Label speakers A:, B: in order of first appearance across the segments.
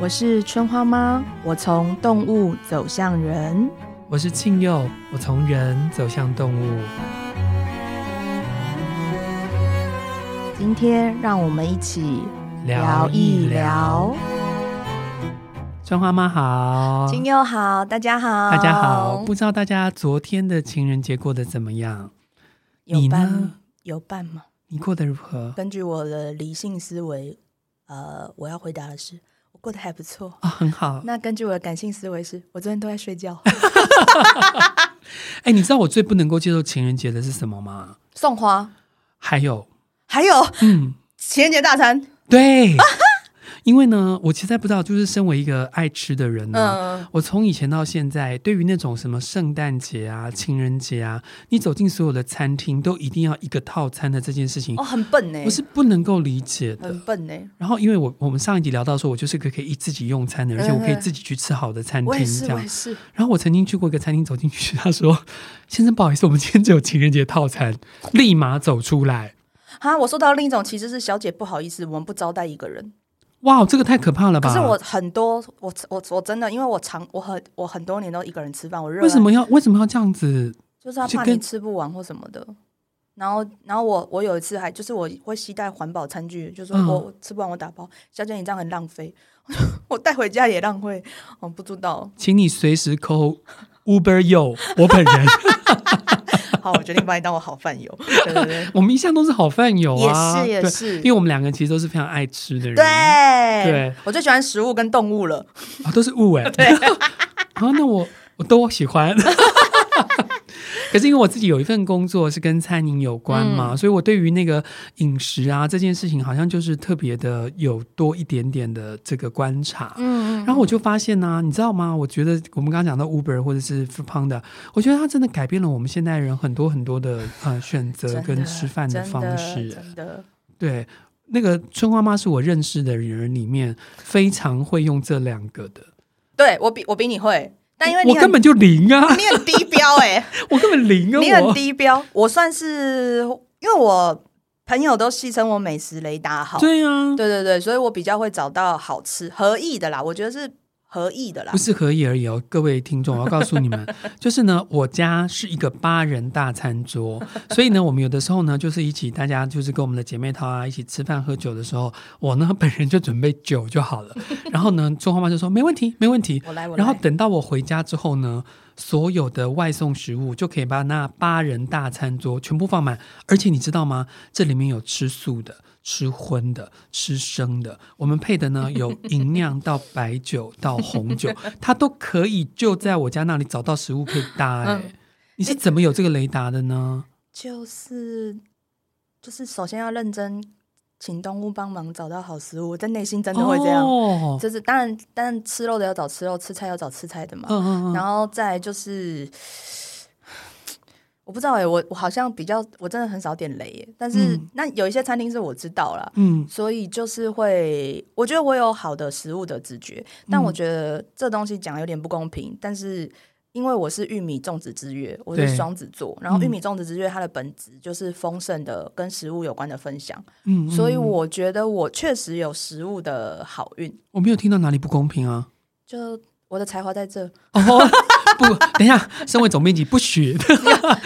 A: 我是春花妈，我从动物走向人。
B: 我是庆佑，我从人走向动物。
A: 今天让我们一起聊一聊。。
B: 春花妈好，
A: 亲友好，大家好，
B: 大家好。不知道大家昨天的情人节过得怎么样？
A: 有
B: 你
A: 伴
B: 呢
A: 有伴吗？
B: 你过得如何？
A: 根据我的理性思维，呃，我要回答的是，我过得还不错。
B: 啊、很好。
A: 那根据我的感性思维是，我昨天都在睡觉，
B: 哎，你知道我最不能够接受情人节的是什么吗？
A: 送花，
B: 还有，
A: 还有
B: 嗯，
A: 情人节大餐。
B: 对，因为呢，我其实还不知道，就是身为一个爱吃的人呢、
A: 嗯，
B: 我从以前到现在，对于那种什么圣诞节啊、情人节啊，你走进所有的餐厅都一定要一个套餐的这件事情，
A: 哦，很笨呢、
B: 我是嗯不能够理解的
A: 很。笨呢、
B: 然后，因为我我们上一集聊到说，我就是个可以自己用餐的人，而且我可以自己去吃好的餐
A: 嗯我也
B: 厅
A: 是，
B: 这
A: 我
B: 样
A: 也。是，
B: 然后我曾经去过一个餐厅，走进去，他说：“先生，不好意思，我们今天只有情人节套餐。”立马走出来，
A: 哈，我受到另一种歧视是，小姐不好意思，我们不招待一个人。
B: 哇，这个太可怕了吧！
A: 可是我很多，我我我真的，因为我常我很我很多年都一个人吃饭，我热爱
B: 为什么要为什么要这样子？
A: 就是他
B: 就
A: 怕
B: 跟
A: 你吃不完或什么的。然后，然后我我有一次还就是我会携带环保餐具，就说
B: 嗯
A: 我、我吃不完我打包，小姐你这样很浪费， 我带回家也浪费，我不知道。
B: 请你随时扣 Uber Yo，我本人，
A: 好，我决定把你当我好饭友，对对对，
B: 我们一向都是好饭友啊，
A: 也是也
B: 对
A: 是
B: 因为我们两个其实都是非常爱吃的人，啊、
A: 对
B: 对
A: 我最喜欢食物跟动物了，
B: 都是物哎、对， 啊，那我我都喜欢。 可是因为我自己有一份工作是跟餐饮有关嘛，
A: 嗯
B: 所以我对于那个饮食啊这件事情，好像就是特别的有多一点点的这个观察。
A: 嗯嗯，
B: 然后我就发现呢、你知道吗？我觉得我们刚刚讲到 Uber 或者是 f o o p a n d a 我觉得它真的改变了我们现代人很多很多的呃选择跟吃饭的方
A: 真
B: 式啊
A: 的。真的
B: 对，那个春花妈是我认识的人里面非常会用这两个的，
A: 对我比我比你会，但因为你
B: 我
A: 很
B: 根本就零啊，
A: 你很低标哎、
B: 我根本零啊，
A: 你很
B: 我
A: 低标，我算是因为我朋友都戏称我美食雷达好，
B: 对啊，
A: 对对对，所以我比较会找到好吃合意的啦，我觉得是合意的啦
B: 不。是合意而已哦，各位听众，我要告诉你们， 就是呢，我家是一个八人大餐桌， 所以呢，我们有的时候呢，就是一起大家就是跟我们的姐妹淘啊一起吃饭喝酒的时候，我呢本人就准备酒就好了，然后呢，中花妈就说没问题，没问题。
A: 我来，我来。
B: 然后等到我回家之后呢，所有的外送食物就可以把那八人大餐桌全部放满，而且你知道吗？这里面有吃素的。吃荤的、吃生的，我们配的 呢有银酿到白酒到红酒，它都可以就在我家那里找到食物配搭、欸。
A: 嗯
B: 你是怎么有这个雷达的呢？
A: 就是就是，首先要认真请动物帮忙找到好食物，我在内心真的会这样。
B: 哦、
A: 就是当然，当然吃肉的要找吃肉，吃菜要找吃菜的嘛。
B: 嗯嗯嗯，
A: 然后再来就是，我不知道哎、我我好像比较，我真的很少点雷耶、但是、
B: 嗯
A: 那有一些餐厅是我知道啦，
B: 嗯，
A: 所以就是会，我觉得我有好的食物的直觉，但
B: 嗯
A: 我觉得这东西讲有点不公平，但是。因为我是玉米种植之月，我是
B: 对
A: 双子座，然后玉
B: 嗯
A: 米种植之月它的本质就是丰盛的跟食物有关的分享，
B: 嗯，嗯
A: 所以
B: 嗯
A: 我觉得我确实有食物的好运，
B: 我没有听到哪里不公平啊。
A: 就我的才华在这
B: 哦，不，等一下，身为总编辑不许，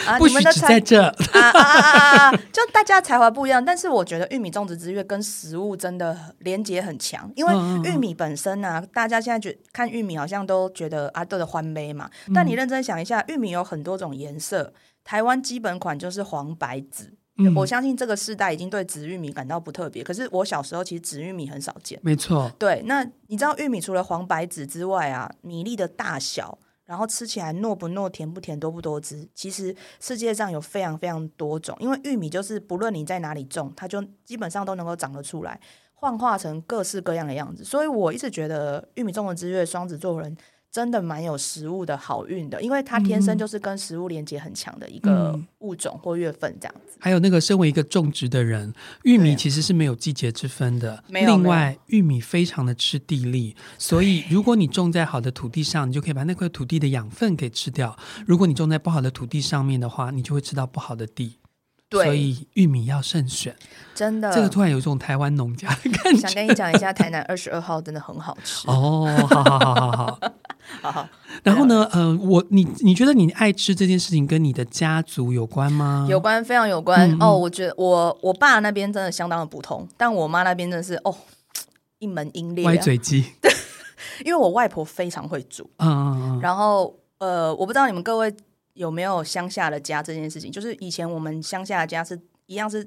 A: 啊，
B: 不
A: 你
B: 许
A: 们的
B: 只
A: 才
B: 在这。
A: 啊啊啊啊啊！就大家才华不一样，但是我觉得玉米种植之月跟食物真的连接很强，因为
B: 嗯嗯嗯
A: 玉米本身啊，大家现在觉看玉米好像都觉得阿豆的欢杯嘛，但你认真想一下，玉米有很多种颜色，台湾基本款就是黄白紫。
B: 嗯
A: 我相信这个世代已经对紫玉米感到不特别，可是我小时候其实紫玉米很少见。
B: 没错，
A: 对，那你知道玉米除了黄白籽之外啊，米粒的大小，然后吃起来糯不糯、甜不甜、多不多汁，其实世界上有非常非常多种，因为玉米就是不论你在哪里种，它就基本上都能够长得出来，幻化成各式各样的样子。所以我一直觉得玉米种的之月双子座人。真的蛮有食物的好运的，因为它天生
B: 嗯
A: 就是跟食物连接很强的一个
B: 嗯
A: 物种或月份这样子。
B: 还有那个身为一个种植的人，玉米
A: 对
B: 其实是没有季节之分的。
A: 没有
B: 另外，玉米非常的吃地力，所 以如果你种在好的土地上，你就可以把那块土地的养分给吃掉；如果你种在不好的土地上面的话，你就会吃到不好的地。
A: 对
B: 所以玉米要慎选。
A: 真的。
B: 这个突然有一种台湾农家的感
A: 想
B: 觉。
A: 跟你讲一下，台南二十二号真的很好吃。
B: 哦，好好好好 好。
A: 好好
B: 然后呢，呃，我你你觉得你爱吃这件事情跟你的家族有关吗？
A: 有关，非常有关、
B: 嗯嗯
A: 哦。我觉得我我爸那边真的相当的普通，但我妈那边真的是哦一门英烈、
B: 歪
A: 啊。
B: 嘴鸡。
A: 因为我外婆非常会煮，
B: 嗯嗯
A: 然后呃，我不知道你们各位有没有乡下的家这件事情，就是以前我们乡下的家是一样是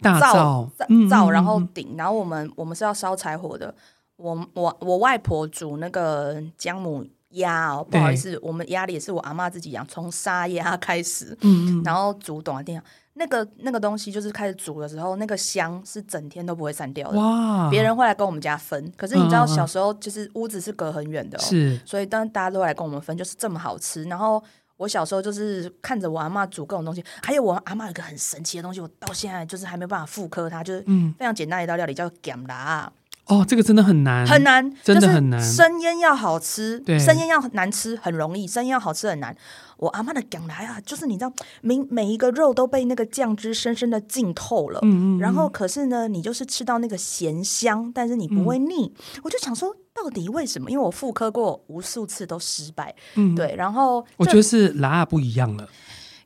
B: 大
A: 灶
B: 灶
A: 灶
B: 嗯
A: 灶，
B: 嗯
A: 然后
B: 嗯
A: 顶，然后我们我们是要烧柴火的。我我我外婆煮那个姜母鸭哦，不好意思，我们鸭也是我阿妈自己养，从杀鸭开始，
B: 嗯嗯，
A: 然后煮懂了店那个那个东西就是开始煮的时候，那个香是整天都不会散掉的。
B: 哇，
A: 别人会来跟我们家分，可是你知道
B: 嗯嗯嗯
A: 小时候就是屋子是隔很远的、哦，
B: 是
A: 所以当大家都会来跟我们分，就是这么好吃。然后我小时候就是看着我阿嬷煮各种东西，还有我阿嬷有一个很神奇的东西，我到现在就是还没有办法复刻它，就是
B: 嗯
A: 非常简单的一道料理叫咸啦，
B: 哦，这个真的很难，
A: 很难，
B: 真的
A: 就是
B: 很难
A: 生腌要好吃，
B: 对
A: 生腌要难吃很容易，生腌要好吃很难。我阿嬷的咸啦呀，啊就是你知道，每每一个肉都被那个酱汁深深的浸透了，
B: 嗯。嗯嗯，
A: 然后可是呢，你就是吃到那个咸香，但是你不会腻。我就想说，到底为什么？因为我复刻过无数次都失败，
B: 嗯，
A: 对。然后
B: 我觉
A: 得
B: 得是拉拉不一样了，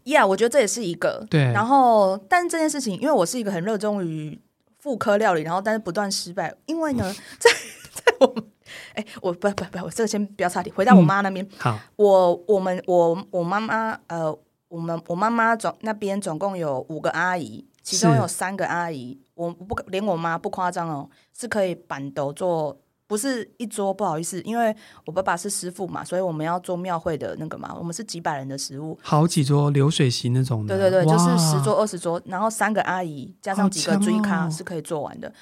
A: ，Yeah，我觉得这也是一个。
B: 对，
A: 然后，但是这件事情，因为我是一个很热衷于复刻料理，然后但是不断失败，因为 呢，在在我们。哎，我不不不，我这个先不要插题。回到
B: 嗯
A: 我妈那边，
B: 好，
A: 我我们我我妈妈呃，我们我妈妈总那边总共有五个阿姨，其中
B: 是
A: 有三个阿姨，我不连我妈不夸张哦，是可以板斗做，不是一桌不好意思，因为我爸爸是师傅嘛，所以我们要做庙会的那个嘛，我们是几百人的食物。
B: 好几桌流水席那种
A: 对
B: 的，
A: 对对，就是
B: 哇
A: 十桌，二十桌，然后三个阿姨加上
B: 好
A: 几个
B: 强
A: 追咖
B: 哦
A: 是可以做完的，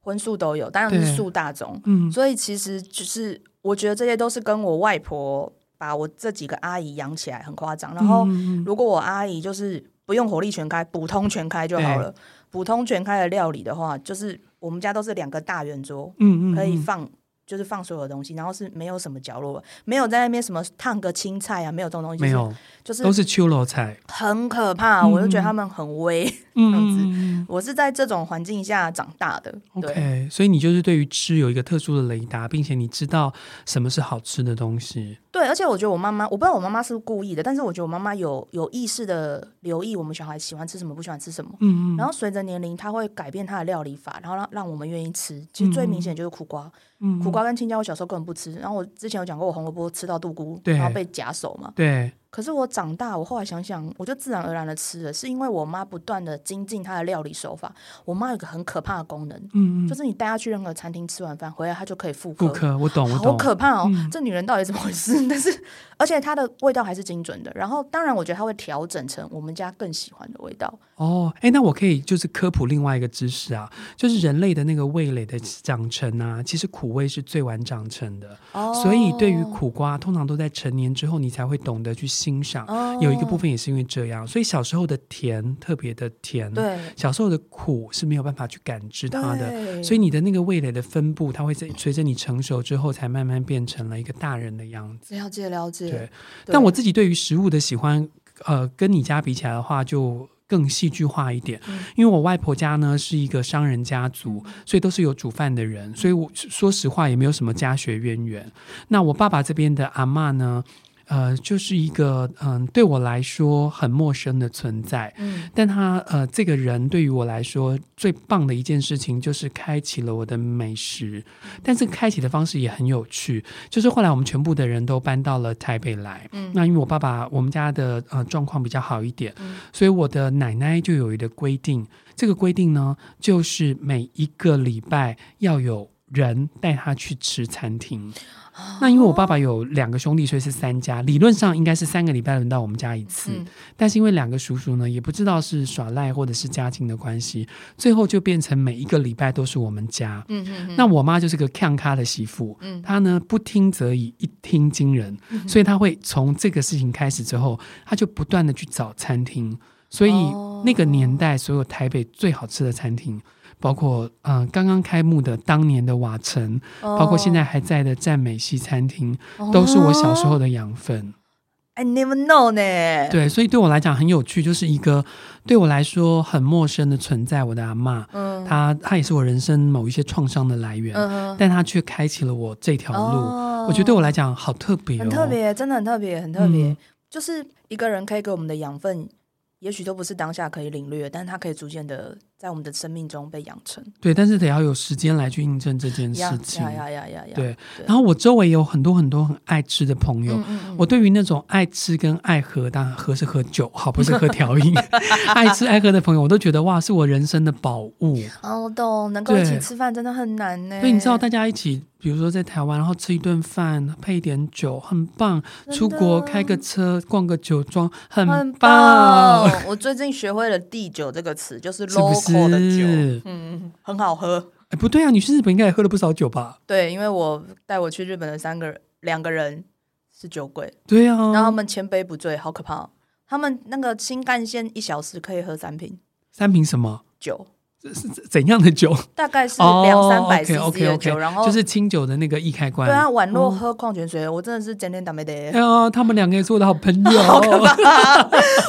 A: 荤素都有，当然是
B: 对
A: 素大宗。
B: 嗯，
A: 所以其实就是我觉得这些都是跟我外婆把我这几个阿姨养起来很夸张。然后
B: 嗯嗯嗯
A: 如果我阿姨就是不用火力全开，普通全开就好了。普通全开的料理的话，就是我们家都是两个大圆桌，
B: 嗯嗯
A: 可以
B: 嗯
A: 放。就是放所有东西，然后是没有什么角落，没有在那边什么烫个青菜啊，没有这种东西，
B: 没，有，
A: 就是
B: 都是秋楼菜，
A: 很可怕。我就觉得他们很威，
B: 嗯
A: 这样子
B: 嗯嗯嗯
A: 我是在这种环境下长大的。对，
B: ，OK，所以你就是对于吃有一个特殊的雷达，并且你知道什么是好吃的东西，
A: 对，而且我觉得我妈妈，我不知道我妈妈是不是故意的，但是我觉得我妈妈有有意识的留意我们小孩喜欢吃什么，不喜欢吃什么。
B: 嗯
A: 然后随着年龄，她会改变她的料理法，然后让让我们愿意吃。其实最明显就是苦瓜，
B: 嗯
A: 苦，瓜跟青椒我小时候根本不吃。然后我之前有讲过，我红萝卜吃到肚菇，
B: 对
A: 然后被夹手嘛。
B: 对，
A: 可是我长大，我后来想想，我就自然而然的吃了，是因为我妈不断的精进她的料理手法。我妈有一个很可怕的功能，
B: 嗯
A: 就
B: 嗯，
A: 是你带她去任何餐厅吃完饭回来，她就可以复刻。
B: 妇科，我懂，我
A: 好
B: 懂，嗯
A: 可怕哦！这女人到底怎么回事？ 但是，而且它的味道还是精准的。然后，当然，我觉得它会调整成我们家更喜欢的味道。
B: 哦，哎，那我可以就是科普另外一个知识啊，就是人类的那个味蕾的长成啊，其实苦味是最晚长成的，
A: 哦
B: 所以对于苦瓜，通常都在成年之后你才会懂得去欣赏。
A: 哦
B: 有一个部分也是因为这样，所以小时候的甜特别的甜，，
A: 对
B: 小时候的苦是没有办法去感知它的。
A: 对
B: 所以你的那个味蕾的分布，它会在随着你成熟之后，才慢慢变成了一个大人的样子。
A: 了解了解。
B: 对，
A: 对
B: 但我自己对于食物的喜欢，呃，跟你家比起来的话，就更戏剧化一点。
A: 嗯
B: 因为我外婆家呢是一个商人家族，所以都是有煮饭的人，所以我说实话也没有什么家学渊源。那我爸爸这边的阿嬷呢，呃，就是一个嗯、对我来说很陌生的存在。
A: 嗯
B: 但他呃，这个人对于我来说最棒的一件事情，就是开启了我的美食。但是开启的方式也很有趣，就是后来我们全部的人都搬到了台北来。
A: 嗯
B: 那因为我爸爸我们家的呃状况比较好一点，
A: 嗯
B: 所以我的奶奶就有一个规定，这个规定呢，就是每一个礼拜要有人带他去吃餐厅。那因为我爸
A: 哦
B: 爸有两个兄弟，所以是三家，理论上应该是三个礼拜轮到我们家一次。
A: 嗯
B: 但是因为两个叔叔呢，也不知道是耍赖或者是家境的关系，最后就变成每一个礼拜都是我们家。
A: 嗯嗯
B: 那我妈就是个看咖的媳妇，
A: 嗯
B: 她呢不听则已，一听惊人，所以她会从这个事情开始之后，她就不断的去找餐厅。所以
A: 哦
B: 那个年代，所有台北最好吃的餐厅，包括呃刚刚开幕的当年的瓦城，
A: 哦
B: 包括现在还在的赞美西餐厅，都是我小时候的养分。
A: 哎、哦 I never know 呢。
B: 对，所以对我来讲很有趣，就是一个对我来说很陌生的存在。我的阿嬷，
A: 嗯
B: 她她也是我人生某一些创伤的来源，
A: 嗯
B: 但她却开启了我这条路。
A: 哦
B: 我觉得对我来讲好特别、哦，
A: 很特。别，真的很特别，很特别。
B: 嗯
A: 就是一个人可以给我们的养分，也许都不是当下可以领略，但是它可以逐渐的在我们的生命中被养成。
B: 对，但是得要有时间来去印证这件
A: 呀
B: 事情。
A: 呀呀呀呀呀！
B: 嗯对
A: 对
B: 然后我周围有很多很多很爱吃的朋友，
A: 嗯，嗯嗯
B: 我对于那种爱吃跟爱喝，当然喝是喝酒，好不是喝 调饮，爱吃爱喝的朋友，我都觉得哇，是我人生的宝物。
A: 啊，我懂，能够一起
B: 对
A: 吃饭真的很难呢。
B: 所以你知道，大家一起，比如说在台湾，然后吃一顿饭，配一点酒，很棒。
A: 真的
B: 出国开个车，逛个酒庄，很棒。
A: 很棒。我最近学会了“地酒”这个词，就是
B: 是不
A: local 的酒，
B: 是？
A: 嗯，很好喝。
B: 哎，不对啊，你去日本应该也喝了不少酒吧？
A: 对，因为我带我去日本的三个人，两个人是酒鬼，
B: 对
A: 然后他
B: 啊，
A: 们千杯不醉，好可怕、哦！他们那个新干线一小时可以喝三瓶
B: 三瓶什么？
A: 酒，
B: 这是怎怎样的酒？
A: 大概是两三百 CC
B: 哦
A: 的酒，
B: ，OK，OK，OK，
A: 然后
B: 就是嗯清酒的那个易开关。
A: 对啊，宛若喝矿泉水，我真的是整天倒霉的耶。
B: 哎呀，他们两个也是我的好朋友。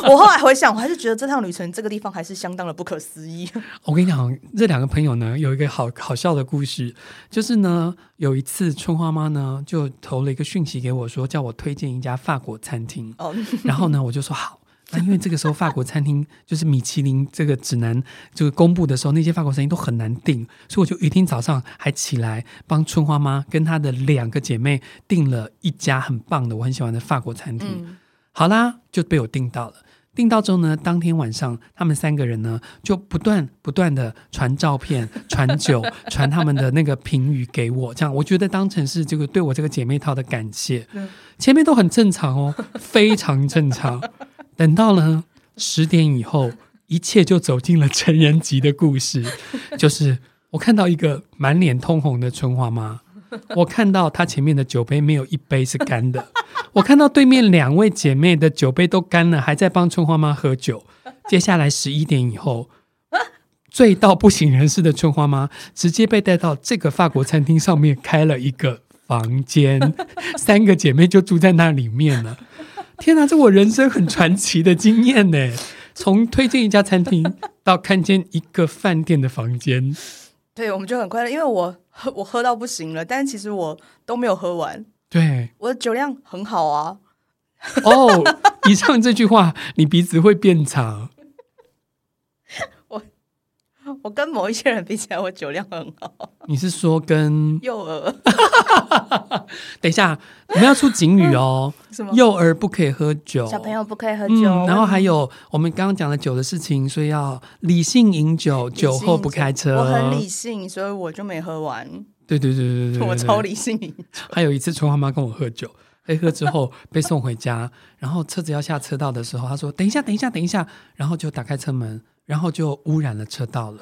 A: 我后来回想，我还是觉得这趟旅程这个地方还是相当的不可思议。
B: 我跟你讲，这两个朋友呢，有一个好好笑的故事，就是呢，有一次春花妈呢就投了一个讯息给我说，叫我推荐一家法国餐厅，
A: 哦，
B: 然后呢，我就说好。那因为这个时候法国餐厅就是米其林这个指南就是公布的时候，那些法国餐厅都很难订，所以我就一天早上还起来帮春花妈跟她的两个姐妹订了一家很棒的我很喜欢的法国餐厅。
A: 嗯，
B: 好啦，就被我订到了。订到之后呢，当天晚上他们三个人呢就不断不断的传照片、传酒、传他们的那个评语给我，这样我觉得当成是这个对我这个姐妹淘的感谢。
A: 嗯
B: 前面都很正常哦，非常正常。等到了十点以后，一切就走进了成人级的故事，就是我看到一个满脸通红的春花妈，我看到她前面的酒杯没有一杯是干的。我看到对面两位姐妹的酒杯都干了，还在帮春花妈喝酒。接下来十一点以后，醉到不省人事的春花妈直接被带到这个法国餐厅上面开了一个房间， 三个姐妹就住在那里面了。天哪、这我人生很传奇的经验呢！从推荐一家餐厅到看见一个饭店的房间，
A: 对，我们就很快乐，因为我 喝我喝到不行了，但其实我都没有喝完，
B: 对
A: 我的酒量很好啊。
B: 哦。以上这句话，你鼻子会变长。
A: 我跟某一些人比起来，我酒量很好。
B: 你是说跟
A: 幼儿
B: 等一下，我们要出警语哦，
A: 什么？
B: 幼儿不可以喝酒，
A: 嗯小朋友不可以喝酒，
B: 嗯，然后还有我们刚刚讲了酒的事情，所以要理性饮酒，
A: 理性
B: 酒后不开车。
A: 我很理性，所以我就没喝完。
B: 对对对对对对，
A: 我超理性饮酒，
B: 还有一次，春花妈跟我喝酒，被喝之 后被送回家，然后车子要下车道的时候，她说：“等一下，等一下，等一下。”然后就打开车门，然后就污染了车道了。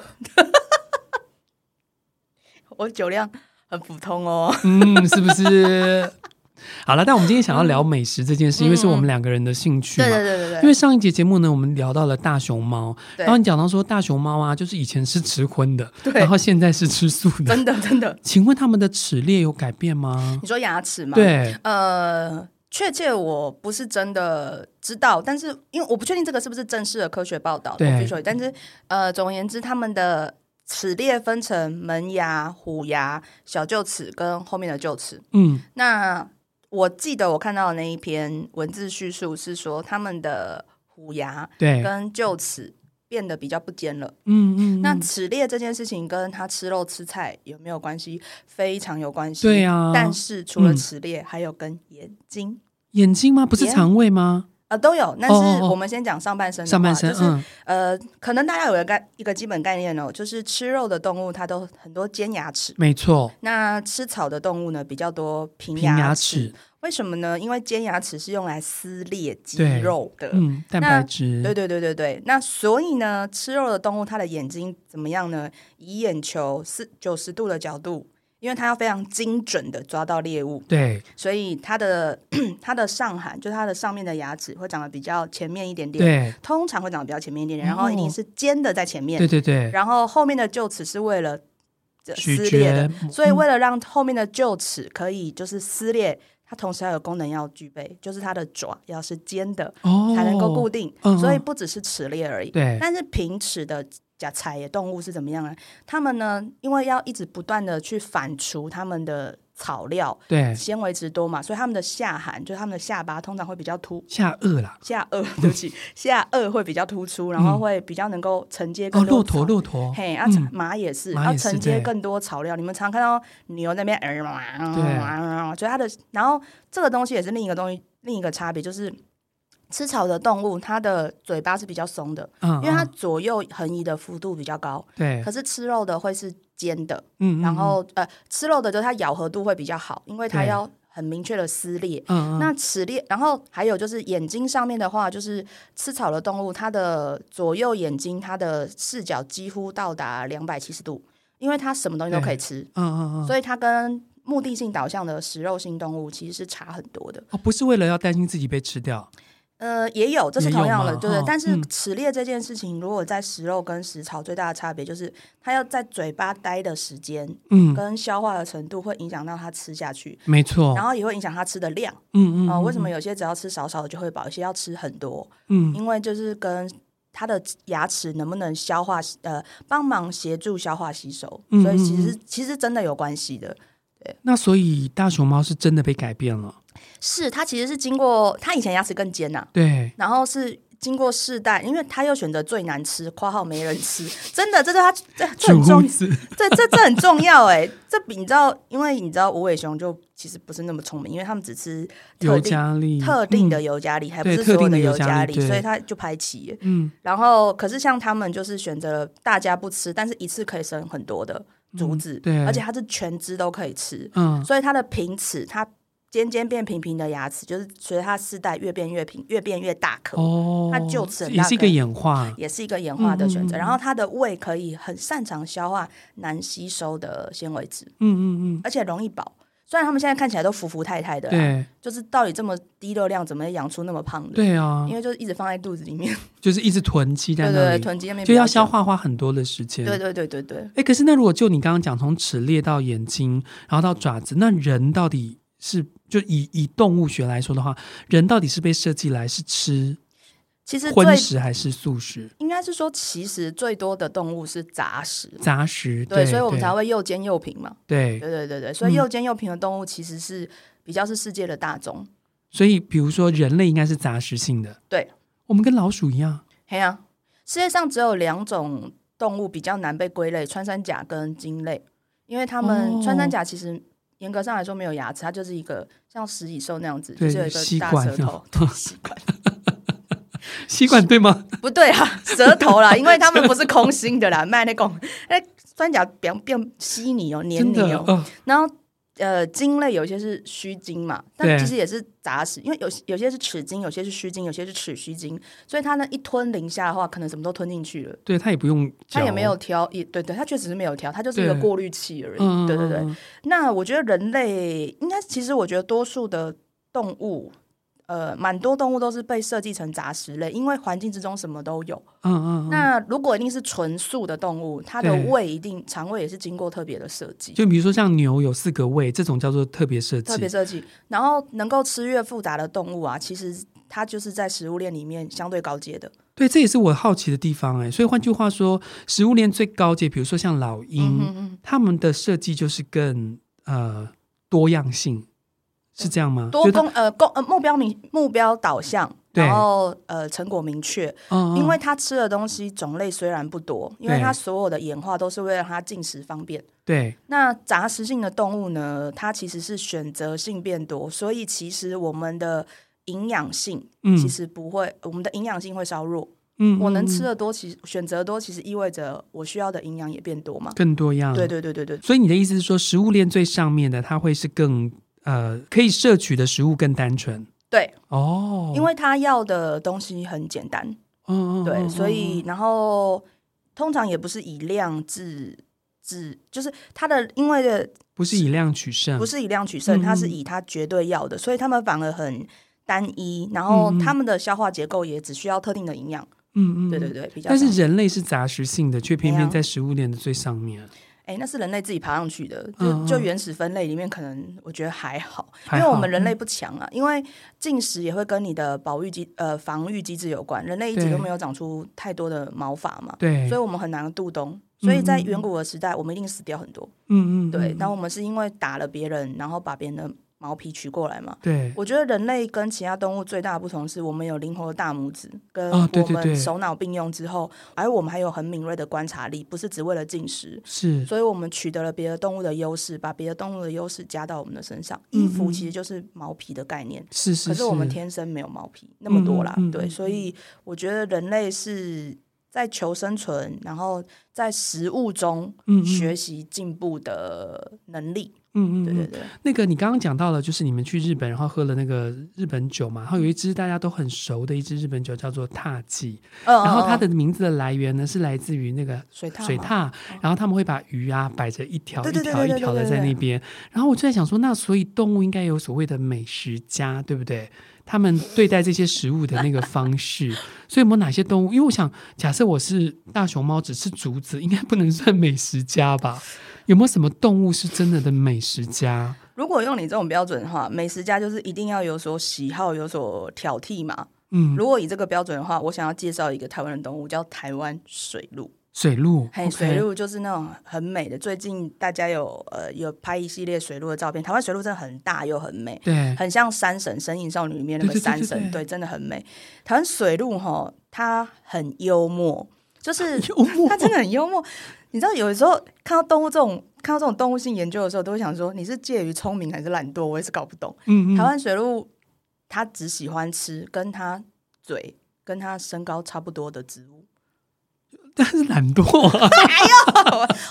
A: 我酒量很普通哦。
B: 嗯，是不是？ 好了，但我们今天想要聊美食这件事，因为是我们两个人的兴趣
A: 嗯
B: 嘛。
A: 对对
B: 因为上一节节目呢，我们聊到了大熊猫，
A: 对
B: 然后你讲到说大熊猫啊，就是以前是吃荤的，
A: 对
B: 然后现在是吃素的。
A: 真的 嗯真的，
B: 请问他们的齿列有改变吗？
A: 你说牙齿吗？，
B: 对，
A: 呃，确切我不是真的知道，但是因为我不确定这个是不是正式的科学报道
B: 对
A: official，但是呃，总而言之，他们的齿列分成门牙、虎牙、小臼齿跟后面的臼齿。
B: 嗯，
A: 那我记得我看到的那一篇文字叙述是说，他们的虎牙
B: 对，
A: 跟臼齿变得比较不尖了。
B: 嗯嗯，
A: 那
B: 嗯
A: 齿列这件事情跟他吃肉吃菜有没有关系？非常有关系。
B: 对啊
A: 但是除了
B: 嗯
A: 齿列，还有跟眼睛
B: 眼睛吗？不是
A: 眼
B: 肠胃吗？
A: 啊、都有。但
B: 哦
A: 是
B: 哦
A: 我们先讲上半身的话
B: 上半身，
A: 就是
B: 嗯，
A: 呃，可能大家有一个概一个基本概念哦，就是吃肉的动物它都很多尖牙齿，
B: 没错，
A: 那吃草的动物呢比较多平
B: 平
A: 牙
B: 牙
A: 齿。
B: 齿，
A: 为什么呢？因为尖牙齿是用来撕裂肌
B: 对
A: 肉的。呃
B: 嗯，蛋白质，
A: 对对对对对，那所以呢，吃肉的动物它的眼睛怎么样呢？以眼球四九十度的角度，因为它要非常精准的抓到猎物，
B: 对
A: 所以它的它的上颌，就是它的上面的牙齿会长得比较前面一点点，
B: 对
A: 通常会长得比较前面一点点，
B: 哦
A: 然后一定是尖的在前面，
B: 对对对，
A: 然后后面的臼齿是为了这
B: 咀
A: 撕裂的
B: 嚼，嗯
A: 所以为了让后面的臼齿可以就是撕裂。它同时还有功能要具备，就是它的爪要是尖的
B: 哦，
A: 才能够固定，
B: 嗯
A: 所以
B: 嗯
A: 不只是齿列而已。
B: 对
A: 但是平齿的假菜野动物是怎么样呢？它们呢，因为要一直不断的去反刍它们的草料，
B: 对
A: 纤维质多嘛，所以它们的下颌，就是它们的下巴通常会比较凸。
B: 下颚啦，
A: 下颚， 对不起，下颚会比较突出，然后会比较能够承接
B: 嗯哦，
A: 更多
B: 骆驼
A: 草
B: 骆驼，
A: 嘿，啊，
B: 嗯
A: 马也是，
B: 马
A: 要
B: 也是
A: 承接
B: 对
A: 更多草料。你们常看到牛在那边，呃，就它的，然后这个东西也是另一个东西，另一个差别就是。吃草的动物，它的嘴巴是比较松的，
B: 嗯，
A: 因为它
B: 嗯
A: 左右横移的幅度比较高。
B: 对
A: 可，是吃肉的会是尖的，
B: 嗯，嗯
A: 然后呃，吃肉的就是它咬合度会比较好，因为它
B: 对
A: 要很明确的撕裂。
B: 嗯嗯
A: 那齿列，然后还有就是眼睛上面的话，就是吃草的动物，它的左右眼睛它的视角几乎到达两百七十度，因为它什么东西都可以吃，
B: 嗯嗯嗯，
A: 所以它跟目的性导向的食肉性动物其实是差很多的。
B: 哦，不是为了要担心自己被吃掉，
A: 呃，也有，这是
B: 也
A: 同
B: 有
A: 样
B: 嘛
A: 的，对不对
B: 哦？
A: 但是
B: 嗯
A: 齿列这件事情，如果在食肉跟食草最大的差别就是，它要在嘴巴待的时间
B: 嗯，哦
A: 跟消化的程度，会影响到它吃下去，
B: 没错，
A: 然后也会影响它吃的量。
B: 嗯嗯
A: 啊、为什
B: 么？
A: 么有些只要吃少少的就会饱，有些要吃很多？
B: 嗯，
A: 因为就是跟它的牙齿能不能消化，呃，帮忙协助消化吸收，
B: 嗯
A: 所以其
B: 嗯嗯
A: 实其实真的有关系的。
B: 那所以大熊猫是真的被改变了，
A: 是它其实是经过它以前牙齿更尖呐、
B: 对，
A: 然后是。经过世代，因为它又选择最难吃（括号没人吃），真的，这是它这这很重
B: 竹， 子，
A: 这这这很重要哎、这比你知道，因为你知道无尾熊就其实不是那么聪明，因为他们只吃特
B: 尤
A: 定
B: 加利，
A: 特定
B: 嗯，
A: 的尤加利，还不
B: 对
A: 是所
B: 特
A: 有
B: 定的
A: 的
B: 尤
A: 尤
B: 加
A: 加
B: 利
A: 利，
B: 对
A: 所以它就排挤耶。
B: 嗯，
A: 然后，可是像他们就是选择大家不吃，但是一次可以生很多的竹子，
B: 嗯对
A: 而且它是全只都可以吃，
B: 嗯，
A: 所以它的平齿，它尖尖变平平的牙齿，就是随着它世代越变越平，越变越大颗，
B: 哦，
A: 它臼齿很
B: 也
A: 大
B: 是一个
A: 颗
B: 演化，
A: 也是一个演化的选择。
B: 嗯嗯嗯
A: 然后它的胃可以很擅长消化难吸收的纤维质，
B: 嗯嗯嗯，
A: 而且容易饱。虽然他们现在看起来都服服态态的啦，
B: 对
A: 就是到底这么低热量，怎么养出那么胖的？
B: 对啊
A: 因，为就是一直放在肚子里面，
B: 就是一直囤积在
A: 对
B: 那
A: 对对，
B: 里，
A: 囤积那边
B: 就
A: 比
B: 要
A: 较
B: 消
A: 久，
B: 化花很多的时间，
A: 对对对对对。
B: 哎，可是那如果就你刚刚讲，从齿列到眼睛，然后到爪子，那人到底是就以以动物学来说的话，人到底是被设计来是吃
A: 其实最
B: 荤食还是素食、
A: 应该是说，其实最多的动物是杂食，
B: 杂食？
A: 对，
B: 对，
A: 所以我们
B: 对嗯
A: 才会又尖又平嘛。
B: 对。
A: 对对对对，所以又尖又平的动物其实是比较是世界的大宗。
B: 所以比如说人类应该是杂食性的，
A: 对，
B: 我们跟老鼠一样，
A: 嘿啊，世界上只有两种动物比较难被归类：穿山甲跟鲸类，因为它们、
B: 哦
A: 穿山甲其实。严格上来说，没有牙齿，它就是一个像食蚁兽那样子，
B: 对
A: 就是有一个大
B: 吸管
A: 舌头
B: 哦，
A: 对吸管，
B: 吸管对吗？
A: 不对 啊，舌头啦，因为它们不是空心的啦，卖那种， 哎，穿甲变变稀泥哦，黏
B: 真
A: 泥
B: 的
A: 哦，
B: 哦，
A: 然后呃，茎类有一些是须茎嘛，
B: 对
A: 但其实也是杂食，因为有有些是齿茎，有些是须茎，有些是齿须茎，所以它呢一吞零下的话，可能什么都吞进去了。
B: 对，它也不用嚼，
A: 它也没有挑，也对对，它确实是没有挑，它就是一个
B: 对
A: 过滤器而已。
B: 嗯，嗯，
A: 对对对。
B: 嗯，
A: 那我觉得人类应该，其实我觉得多数的动物，呃，蛮多动物都是被设计成杂食类，因为环境之中什么都有。
B: 嗯嗯嗯，
A: 那如果一定是纯素的动物，它的
B: 对
A: 胃一定肠胃也是经过特别的设计。
B: 就比如说像牛有四个胃，这种叫做特别设计，
A: 特别设计。然后能够吃越复杂的动物啊，其实它就是在食物链里面相对高阶的。
B: 对，这也是我好奇的地方哎。所以换句话说，食物链最高阶，比如说像老鹰，
A: 嗯嗯，
B: 他们的设计就是更呃多样性，是这样吗？
A: 多
B: 就是它
A: 功呃功呃目标明目标导向，
B: 对
A: 然后呃成果明确。
B: 嗯嗯
A: 因为它吃的东西种类虽然不多，因为
B: 对
A: 它所有的演化都是为了它进食方便。
B: 对
A: 那杂食性的动物呢，它其实是选择性变多，所以其实我们的营养性
B: 嗯
A: 其实不会，我们的营养性会稍弱。
B: 嗯，
A: 我能
B: 嗯
A: 吃的多，其实选择多，其实意味着我需要的营养也变多嘛。
B: 更多样，
A: 对。对对对对，
B: 所以你的意思是说，食物链最上面的，它会是更呃可以摄取的食物更单纯
A: 对，
B: 哦，
A: 因为他要的东西很简单，
B: 嗯嗯
A: 对，
B: 嗯
A: 所以
B: 嗯
A: 然后通常也不是以量制制，就是它的因为
B: 不是以量取胜，
A: 不是以量取胜，
B: 嗯
A: 它是以它绝对要的，所以他们反而很单一，然后
B: 嗯嗯
A: 他们的消化结构也只需要特定的营养，
B: 嗯嗯，
A: 对对
B: 嗯。
A: 对，比较
B: 但是
A: 像。
B: 人类是杂食性的，却偏
A: 没
B: 偏
A: 有
B: 在食物链的最上面。
A: 哎、哎，那是人类自己爬上去的，就
B: 嗯嗯
A: 就原始分类里面，可能我觉得还好，
B: 还
A: 因为我
B: 好嗯
A: 们人类不强啊，因为进食也会跟你的保育机呃防御机制有关，人类一直
B: 对
A: 都没有长出太多的毛发嘛，
B: 对，
A: 所以我们很难度冬，所以在
B: 嗯嗯
A: 远古的时代，我们一定死掉很多，
B: 嗯嗯，
A: 对，
B: 嗯
A: 但我们是因为打了别人，然后把别人的毛皮取过来嘛，
B: 对
A: 我觉得人类跟其他动物最大的不同是我们有灵活的大拇指，跟
B: 啊对
A: 我
B: 对对
A: 们手脑并用之后，而我们还有很敏锐的观察力，不是只为了进食。
B: 是
A: 所以我们取得了别的动物的优势，把别的动物的优势加到我们的身上。
B: 嗯
A: 衣服
B: 嗯
A: 其实就是毛皮的概念，
B: 是是，
A: 可是我们
B: 是
A: 天生没有毛皮那么多啦。
B: 嗯嗯嗯
A: 对，所以我觉得人类是在求生存，然后在食物中
B: 嗯嗯
A: 学习进步的能力。
B: 嗯嗯
A: 对
B: 嗯
A: 对对，
B: 那个你刚刚讲到了，就是你们去日本，然后喝了那个日本酒嘛，然后有一支大家都很熟的一支日本酒叫做踏记，
A: 嗯
B: 然后它
A: 嗯嗯
B: 的名字的来源呢是来自于那个。
A: 水獭
B: 水
A: 嘛哦
B: 獭，然后他们会把鱼啊摆着一条
A: 对
B: 一
A: 对对
B: 条
A: 对
B: 一
A: 对
B: 条
A: 对
B: 的
A: 对
B: 在那
A: 对
B: 边，然后我就在想说，那所以动物应该有所谓的美食家，对不对？他们对待这些食物的那个方式，所以有没有哪些动物？因为我想，假设我是大熊猫，只吃竹子，应该不能算美食家吧？有没有什么动物是真的的美食家？
A: 如果用你这种标准的话，美食家就是一定要有所喜好，有所挑剔嘛。
B: 嗯，
A: 如果以这个标准的话，我想要介绍一个台湾的动物，叫台湾水鹿。
B: 水鹿，
A: 嘿
B: OK
A: 水，鹿就是那种很美的。最近大家有呃有拍一系列水鹿的照片，台湾水鹿真的很大又很美，
B: 对，
A: 很像山神《神隐少女》里面那
B: 对
A: 个
B: 对对
A: 山
B: 对
A: 神，
B: 对
A: 对，真的很美。台湾水鹿哈，它很幽默，就是
B: 幽默
A: 他真的很幽默。你知道，有的时候看到动物这种看到这种动物性研究的时候，都会想说，你是介于聪明还是懒惰？我也是搞不懂。
B: 嗯嗯，
A: 台湾水鹿，它只喜欢吃跟它嘴跟它身高差不多的植物。
B: 但是懒惰啊，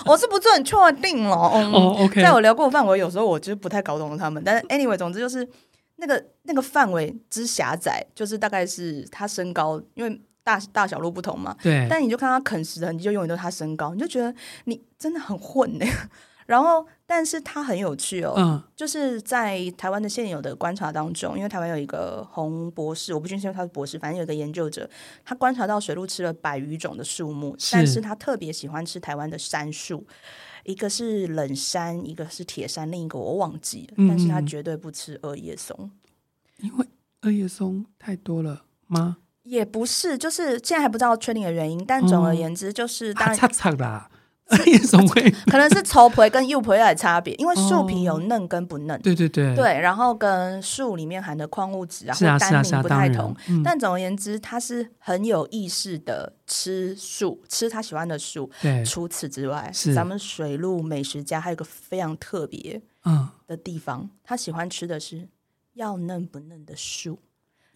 A: 我哦是不是很确定了？嗯
B: 哦，OK，
A: 在我聊过的范围，有时候我就是不太搞懂他们。但是 anyway，总之就是那个那个范围之狭窄，就是大概是它身高，因为大大小路不同嘛，
B: 对，
A: 但你就看他啃食的痕迹，就永远都是他身高，你就觉得你真的很混呢、 然后，但是他很有趣哦，
B: 嗯，
A: 就是在台湾的现有的观察当中，因为台湾有一个洪博士，我不确定是他是博士，反正有一个研究者，他观察到水鹿吃了百余种的树木，
B: 是
A: 但是他特别喜欢吃台湾的杉树，一个是冷杉，一个是铁杉，另一个我忘记了，
B: 嗯
A: 但是他
B: 嗯嗯
A: 绝对不吃二叶松。
B: 因为二叶松太多了吗？
A: 也不是，就是现在还不知道确定的原因，但
B: 哦
A: 总而言之，就是当
B: 哈
A: 然
B: 嚓嚓啦， 二叶松会，
A: 可能是稠培跟幼培的差别，因为树
B: 哦
A: 皮有嫩跟不嫩，
B: 对对对，
A: 对，然后跟树里面含的矿物质啊
B: 是啊
A: 或
B: 是啊
A: 单
B: 是啊，
A: 宁不
B: 当
A: 太
B: 然
A: 同。，
B: 嗯，
A: 但总而言之，它是很有意识的吃树，吃他喜欢的树。
B: 对，
A: 除此之外，
B: 是
A: 咱们水陆美食家还有一个非常特别
B: 嗯，
A: 的地方，他喜欢吃的是要嫩不嫩的树。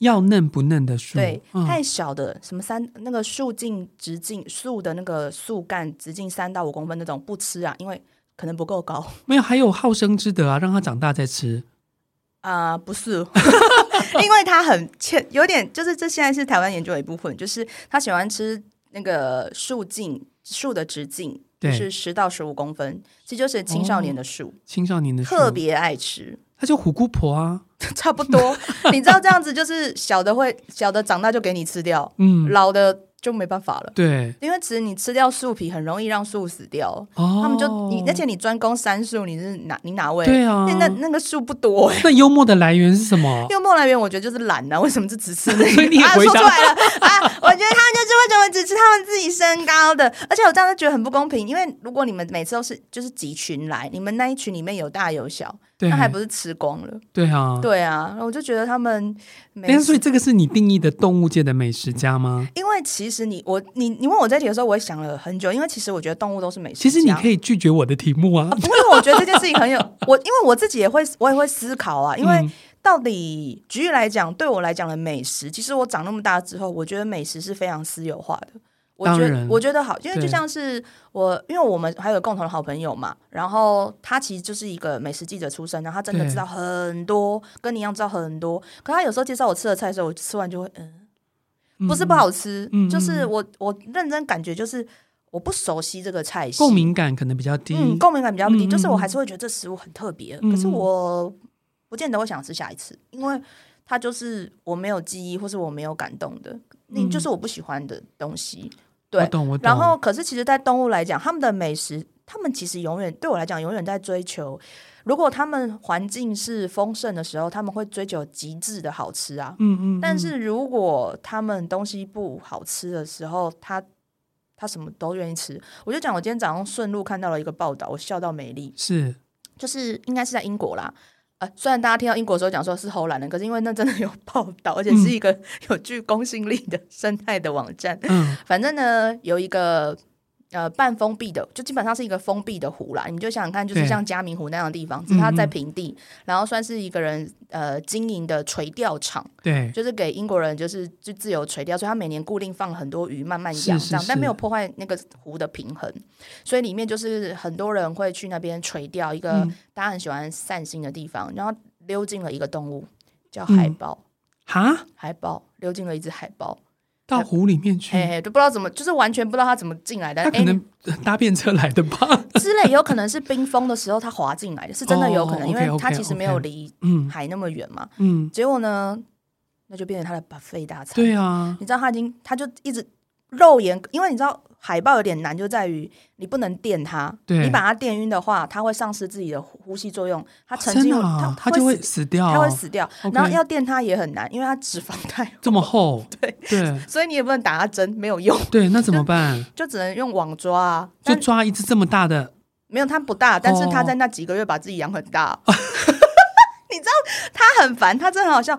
B: 要嫩不嫩的树，
A: 对，
B: 嗯
A: 太小的什么三那个树径直径树的那个树干直径三到五公分那种不吃啊，因为可能不够高。
B: 没有，还有好生之德啊，让它长大再吃，
A: 啊、不 是，因为他很欠，有点就是这现在是台湾研究的一部分，就是他喜欢吃那个树径树的直径，就
B: 对
A: 是十到十五公分，这就是青少年的树，
B: 青少年的树，
A: 特别爱吃，
B: 它叫虎姑婆啊，
A: 差不多。你知道这样子就是小的会小的长大就给你吃掉，
B: 嗯，
A: 老的就没办法了。
B: 对，
A: 因为其实你吃掉树皮，很容易让树死掉。
B: 哦，
A: 他们就你，而且你专攻杉树，你是哪你哪位？
B: 对啊
A: 那那那个树不多、
B: 那幽默的来源是什 么？
A: 幽默来源我觉得就是懒啊，为 什么是只吃那个？
B: 所以你也
A: 啊，
B: 回
A: 说
B: 答
A: 出来了啊！我觉得他们就是为什么只吃他们自己身高的，而且我这样就觉得很不公平，因为如果你们每次都是就是集群来，你们那一群里面有大有小，
B: 对，
A: 那还不是吃光了？
B: 对啊，。
A: 对啊，我就觉得他们没
B: 但。是，所以这个是你定义的动物界的美食家吗？
A: 因为其实你我你你问我这题的时候，我也想了很久，因为其实我觉得动物都是美食家。
B: 其实你可以拒绝我的题目啊，
A: 不过因为我觉得这件事情很有我，因为我自己也会我也会思考啊，因为
B: 嗯
A: 到底举例来讲，对我来讲的美食，其实我长那么大之后，我觉得美食是非常私有化的。我觉
B: 当
A: 得
B: 然
A: 我觉得好，因为
B: 对
A: 就像是我，因为我们还有共同的好朋友嘛，然后他其实就是一个美食记者出身，然后他真的
B: 对
A: 知道很多，跟你一样知道很多。可他有时候介绍我吃的菜的时候，我吃完就会嗯，不是不好吃，
B: 嗯嗯
A: 就是我我认真感觉就是我不熟悉这个菜系，
B: 共鸣感可能比较低。
A: 嗯，共鸣感比较低，
B: 嗯
A: 就是
B: 嗯
A: 我
B: 嗯
A: 还是会觉得这食物很特别，
B: 嗯
A: 可是我不见得会想吃下一次，因为它就是我没有记忆，或是我没有感动的，那
B: 嗯
A: 就是我不喜欢的东西。
B: 我
A: 对
B: 懂，我懂。
A: 然后，可是其实，在动物来讲，他们的美食他们其实永远对我来讲，永远在追求。如果他们环境是丰盛的时候，他们会追求极致的好吃啊。
B: 嗯嗯，
A: 但是如果他们东西不好吃的时候，他他什么都愿意吃。我就讲，我今天早上顺路看到了一个报道，我笑到没力。
B: 是
A: 就是应该是在英国啦。呃，虽然大家听到英国的时候讲说是荷兰人，可是因为那真的有报道，而且是一个 有具公信力的生态的网站。
B: 嗯
A: 反正呢，有一个呃半封闭的，就基本上是一个封闭的湖啦。你们就想想看，就是
B: 对嗯
A: 像嘉明湖那样的地方，只是它在平地，然后算是一个人呃经营的垂钓场，
B: 对
A: 就是给英国人就是就自由垂钓，所以他每年固定放很多鱼慢慢
B: 是
A: 养
B: 是
A: 这样，但
B: 是
A: 没有破坏那个湖的平衡，所以里面就是很多人会去那边垂钓，一个
B: 嗯
A: 大家很喜欢散心的地方，然后溜进了一个动物叫海
B: 嗯
A: 豹，
B: 哈
A: 海豹溜进了一只海豹，
B: 嗯到湖里面去，
A: 嘿嘿，都不知道怎么，就是完全不知道它怎么进来的，
B: 他
A: 哎
B: 可能搭便车来的 吧？
A: 之类，有可能是冰封的时候它滑进来的，是真的有可能，
B: 哦
A: 因为
B: OK，OK，
A: 它其实没有
B: OK
A: 离
B: 嗯
A: 海那么远嘛。
B: 嗯，
A: 结果呢，那就变成它的 buffet 大餐。
B: 对啊，
A: 你知道它已经，它就一直肉眼，因为你知道海豹有点难，就在于你不能电它，
B: 对
A: 你把它电晕的话，它会丧失自己的呼呼吸作用，它
B: 哦
A: 曾
B: 真
A: 经
B: 的
A: 有、
B: 啊，
A: 它
B: 就会
A: 死，
B: 死掉，
A: 它会死掉。
B: OK
A: 然后要电它也很难，因为它脂肪太 厚，
B: 这么厚，对对
A: 所以你也不能打它针，没有用，
B: 对，那怎 么办？
A: 就只能用网抓啊。
B: 就
A: 但
B: 抓一只这么大的，
A: 没有，它不大，但是它
B: 哦
A: 在那几个月把自己养很 大。 你知道它很烦，它真的很好笑。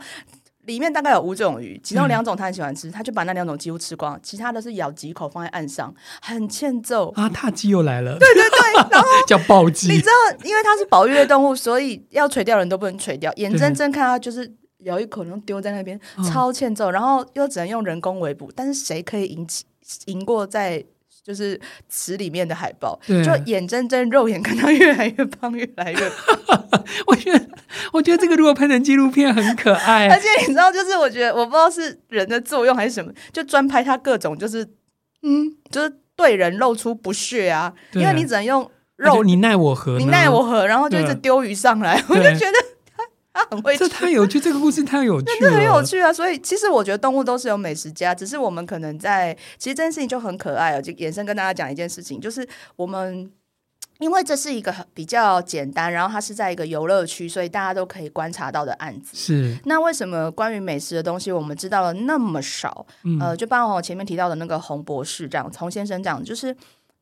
A: 里面大概有五种鱼，其中
B: 嗯
A: 两种它很喜欢吃，它就把那两种几乎吃光了，其他的是咬几口放在岸上，很欠 揍。
B: 啊，踏鸡又来了，对对对， 叫暴
A: 你
B: 鸡
A: 知，道，因为它是保育类动物，所以要垂钓的人都不能垂 钓，眼睁睁看它就是咬一口，然后丢在那边，
B: 嗯
A: 超欠揍。然后又只能用人工围捕，但是谁可以赢起赢过在就是池里面的海豹？
B: 对
A: 就眼睁睁肉眼看它越来越胖，越来越胖。
B: 我觉得我觉得这个如果拍成纪录片很可
A: 而
B: 爱，
A: 且你知道，就是我觉得我不知道是人的作用还是什么，就专拍它各种就是嗯，就是对人露出不屑啊，
B: 对
A: 因为你只能用
B: 那就
A: 肉。
B: 你奈我何呢？
A: 你奈我何？然后就一直
B: 对啊
A: 丢鱼上来，我就
B: 对
A: 觉得它它很会
B: 这
A: 吃
B: 太有趣，这个故事太有趣
A: 这
B: 了，
A: 很有趣啊！所以其实我觉得动物都是有美食家，只是我们可能在其实这件事情就很可爱哦。就延伸跟大家讲一件事情，就是我们。因为这是一个很比较简单，然后它是在一个游乐区，所以大家都可以观察到的案子。
B: 是，
A: 那为什么关于美食的东西我们知道了那么少？
B: 嗯
A: 呃，就包括我前面提到的那个洪博士这样，洪先生这样，就是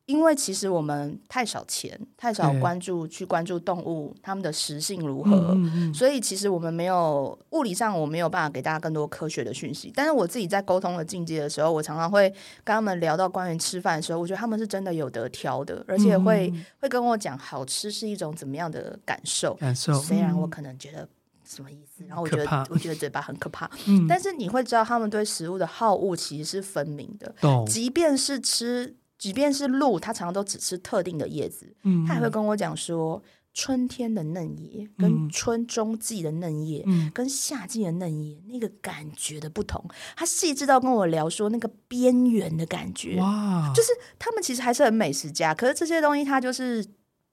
A: 因为其实我们太少钱，太少
B: 对
A: 关注去关注动物它们的食性如何，
B: 嗯嗯嗯
A: 所以其实我们没有物理上我没有办法给大家更多科学的讯息，但是我自己在沟通的境界的时候，我常常会跟他们聊到关于吃饭的时候，我觉得他们是真的有得挑的，而且会、
B: 嗯
A: 会跟我讲好吃是一种怎么样的感受，
B: 感受，
A: 虽然我
B: 嗯
A: 可能觉得什么意思，然后我觉
B: 可怕
A: 得我觉得嘴巴很可怕，
B: 嗯
A: 但是你会知道他们对食物的好恶其实是分明的，
B: 懂，
A: 即便是吃，即便是鹿，它常常都只吃特定的叶子，
B: 嗯
A: 他也会跟我讲说，春天的嫩叶跟
B: 嗯
A: 春中季的嫩叶。
B: 嗯
A: 跟夏季的嫩叶那个感觉的不同，他细致到跟我聊说那个边缘的感觉，
B: 哇，
A: 就是他们其实还是很美食家，可是这些东西它就是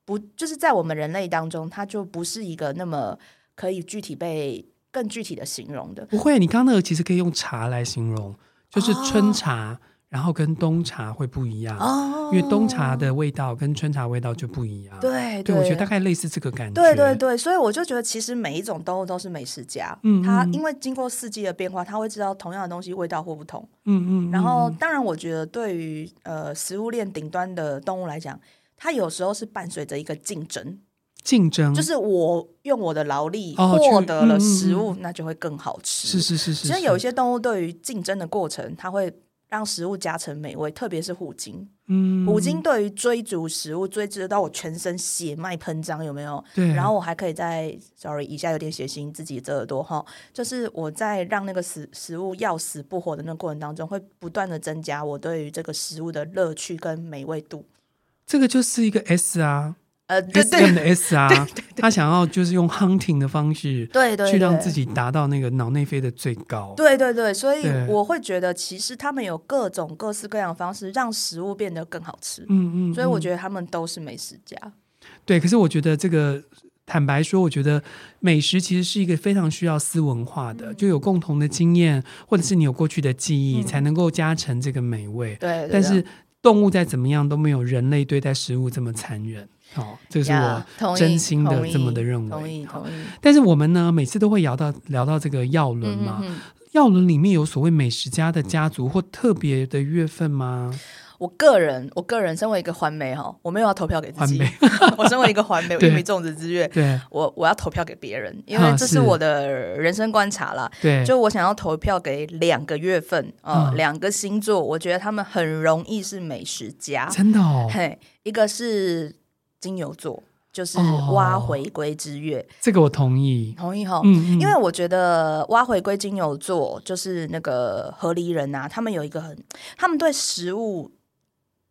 A: 不就是在我们人类当中，它就不是一个那么可以具体被更具体的形容的。
B: 不会，你刚刚那个其实可以用茶来形容，就是春茶，然后跟冬茶会不一样，
A: 哦
B: 因为冬茶的味道跟春茶味道就不一样。
A: 对
B: 对，我觉得大概类似这个感觉。
A: 对对对，所以我就觉得，其实每一种动物都是美食家。
B: 嗯
A: 它
B: 嗯
A: 因为经过四季的变化，它会知道同样的东西味道会不同。
B: 嗯，嗯嗯。
A: 然后，当然，我觉得对于呃食物链顶端的动物来讲，它有时候是伴随着一个竞争，
B: 竞争
A: 就是我用我的劳力
B: 嗯哦
A: 获
B: 去
A: 得了
B: 嗯嗯
A: 食
B: 嗯
A: 物，那就会更好吃。
B: 是是是是，
A: 其实有一
B: 是
A: 些动物对于竞争的过程，它会让食物加成美味，特别是虎鲸。
B: 嗯
A: 虎鲸对于追逐食物，追逐到我全身血脉喷张，有没有？
B: 对，
A: 然后我还可以在，sorry，以下有点血腥，自己遮耳朵哈。就是我在让那个食食物要死不活的那个过程当中，会不断的增加我对于这个食物的乐趣跟美味度。
B: 这个就是一个 S 啊
A: 呃，对
B: ，S
A: 对
B: M 的 S 啊，他想要就是用 hunting 的方式
A: 对对对，
B: 去让自己达到那个脑内啡的最高。
A: 对对对，所以
B: 对
A: 我会觉得，其实他们有各种各式各样的方式让食物变得更好吃，
B: 嗯，嗯嗯，
A: 所以我觉得他们都是美食家。
B: 对，可是我觉得这个。坦白说，我觉得美食其实是一个非常需要私文化的，就有共同的经验，或者是你有过去的记忆，才能够加成这个美味。
A: 嗯对，对
B: 但是动物再怎么样都没有人类对待食物这么残忍。哦，这是我
A: 呀同意
B: 真心的
A: 同意
B: 这么的认为
A: 同意同意。
B: 但是我们呢，每次都会聊到聊到这个药轮嘛。
A: 嗯嗯嗯
B: 药轮里面有所谓美食家的家族或特别的月份吗？
A: 我个人，我个人身为一个环媒哈，我没有要投票给自己
B: 环。
A: 我身为一个环 媒，我
B: 对
A: 玉米种植之月，
B: 对
A: 我我要投票给别人，因
B: 啊
A: 为这
B: 是
A: 是我的人生观察啦。
B: 对，
A: 就我想要投票给两个月份啊，呃
B: 嗯
A: 两、个星座，我觉得他们很容易是美食家。
B: 真的哦，
A: 嘿，一个是金牛座，就是
B: 哦
A: 挖回归之月，
B: 这个我同意。
A: 同意哈。
B: 嗯嗯，
A: 因为我觉得挖回归金牛座就是那个河狸人啊，他们有一个很，他们对食物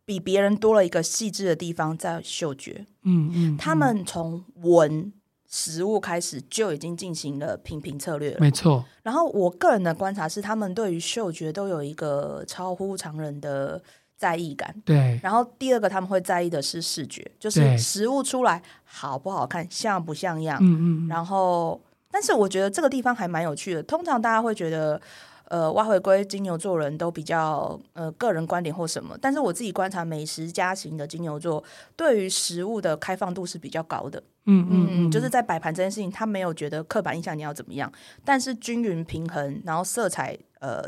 A: 比别人多了一个细致的地方，在嗅觉。
B: 嗯嗯，
A: 他们从闻食物开始就已经进行了品评策略了。
B: 没错，
A: 然后我个人的观察是，他们对于嗅觉都有一个超乎常人的在意感。
B: 对
A: 然后第二个他们会在意的是视觉，就是
B: 对
A: 食物出来好不好看，像不像样。
B: 嗯嗯嗯，
A: 然后，但是我觉得这个地方还蛮有趣的。通常大家会觉得，呃，挖回归金牛座人都比较呃个人观点或什么，但是我自己观察美食家型的金牛座，对于食物的开放度是比较高的。
B: 嗯嗯
A: 嗯，
B: 嗯，
A: 就是在摆盘这件事情，他没有觉得刻板印象你要怎么样，但是均匀平衡，然后色彩呃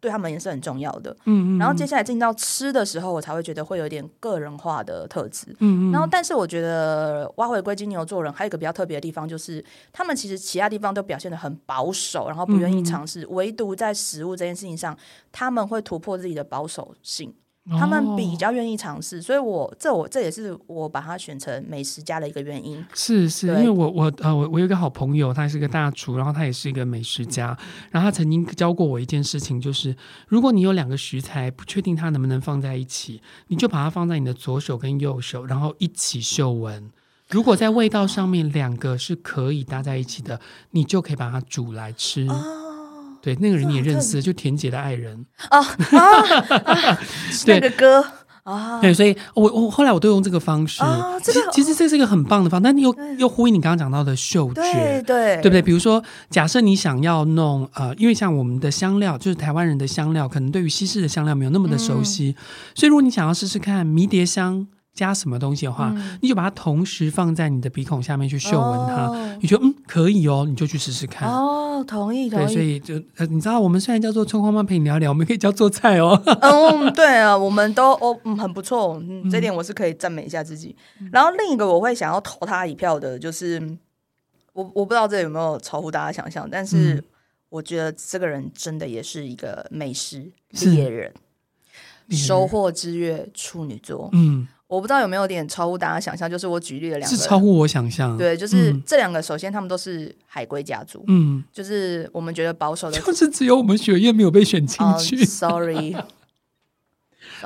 A: 对他们也是很重要的。
B: 嗯嗯，
A: 然后接下来进到吃的时候，我才会觉得会有一点个人化的特质。
B: 嗯嗯，
A: 然后，但是我觉得挖回归金牛座人还有一个比较特别的地方，就是他们其实其他地方都表现的很保守，然后不愿
B: 嗯嗯
A: 意尝试，唯独在食物这件事情上，他们会突破自己的保守性，他们比
B: 哦
A: 较愿意尝试。所以我这我这也是我把它选成美食家的一个原因。
B: 哦是是，因
A: 对
B: 为我我呃我我有一个好朋友，他是个大厨，然后他也是一个美食家，然后他曾经教过我一件事情，就是如果你有两个食材不确定它能不能放在一起，你就把它放在你的左手跟右手，然后一起嗅闻。如果在味道上面两个是可以搭在一起的，你就可以把它煮来吃。
A: 哦
B: 对，那个人你也
A: 这好
B: 认
A: 特
B: 识，就田姐的爱人。
A: 啊啊！是那个歌啊，
B: 对，所以哦我我后来我都用这个方式。
A: 哦
B: 其
A: 这
B: 实
A: 个
B: 其实这是一个很棒的方法，但你又又呼应你刚刚讲到的嗅觉。
A: 对对
B: 对不对？比如说，假设你想要弄呃，因为像我们的香料，就是台湾人的香料，可能对于西式的香料没有那么的
A: 嗯
B: 熟悉，所以如果你想要试试看迷迭香加什么东西的话，
A: 嗯
B: 你就把它同时放在你的鼻孔下面去嗅闻它，
A: 哦
B: 你觉得嗯可以哦，你就去试试看。
A: 哦，同意
B: 对，
A: 同
B: 所
A: 意。
B: 以就呃，你知道我们虽然叫做春花妈陪你聊聊，我们可以叫做菜哦。
A: 嗯，对啊，我们都哦，嗯，很不错，嗯，这点我是可以赞美一下自己。
B: 嗯
A: 然后另一个我会想要投他一票的，就是我我不知道这有没有超乎大家想象，但是
B: 嗯
A: 我觉得这个人真的也是一个美食
B: 是
A: 猎人，
B: 猎人
A: 收获之月处女座。
B: 嗯，
A: 我不知道有没有点超乎大家想象，就是我举例了两个
B: 是
A: 人
B: 超乎我想象。
A: 对，就是
B: 嗯
A: 这两个，首先他们都是海归家族，
B: 嗯，
A: 就是我们觉得保守的。
B: 就是只有我们学院没有被选进
A: 哦
B: 去。
A: sorry，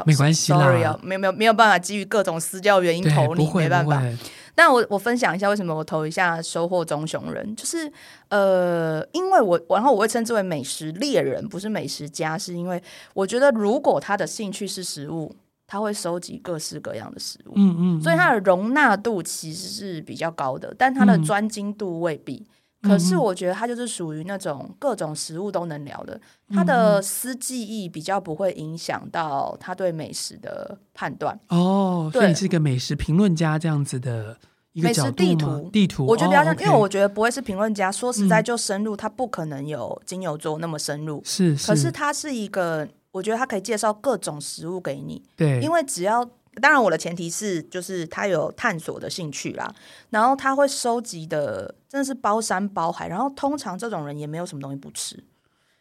B: 没关系啦
A: sorry 啊，没有没有没有办法基于各种私教原因
B: 对，
A: 投
B: 不
A: 你，
B: 会
A: 没办
B: 不
A: 法。
B: 会，
A: 但我我分享一下为什么我投一下收获棕熊人，就是呃，因为我然后我会称之为美食猎人，不是美食家，是因为我觉得如果他的兴趣是食物，他会收集各式各样的食物。
B: 嗯嗯，
A: 所以它的容纳度其实是比较高的，但它的
B: 嗯
A: 专精度未必。
B: 嗯
A: 可是我觉得它就是属于那种各种食物都能聊的，它
B: 嗯
A: 的私记忆比较不会影响到他对美食的判断。
B: 哦，所以
A: 对
B: 你是一个美食评论家这样子的一个
A: 美食
B: 角度
A: 地
B: 吗
A: 图
B: 地图，
A: 我觉得比较像，
B: 哦
A: 因为
B: OK 嗯
A: 我觉得不会是评论家，说实在就深入，他不可能有金牛座那么深入。
B: 是是，
A: 可是他是一个，我觉得他可以介绍各种食物给你，
B: 对，
A: 因为只要当然我的前提是，就是他有探索的兴趣啦，然后他会收集的真的是包山包海，然后通常这种人也没有什么东西不吃，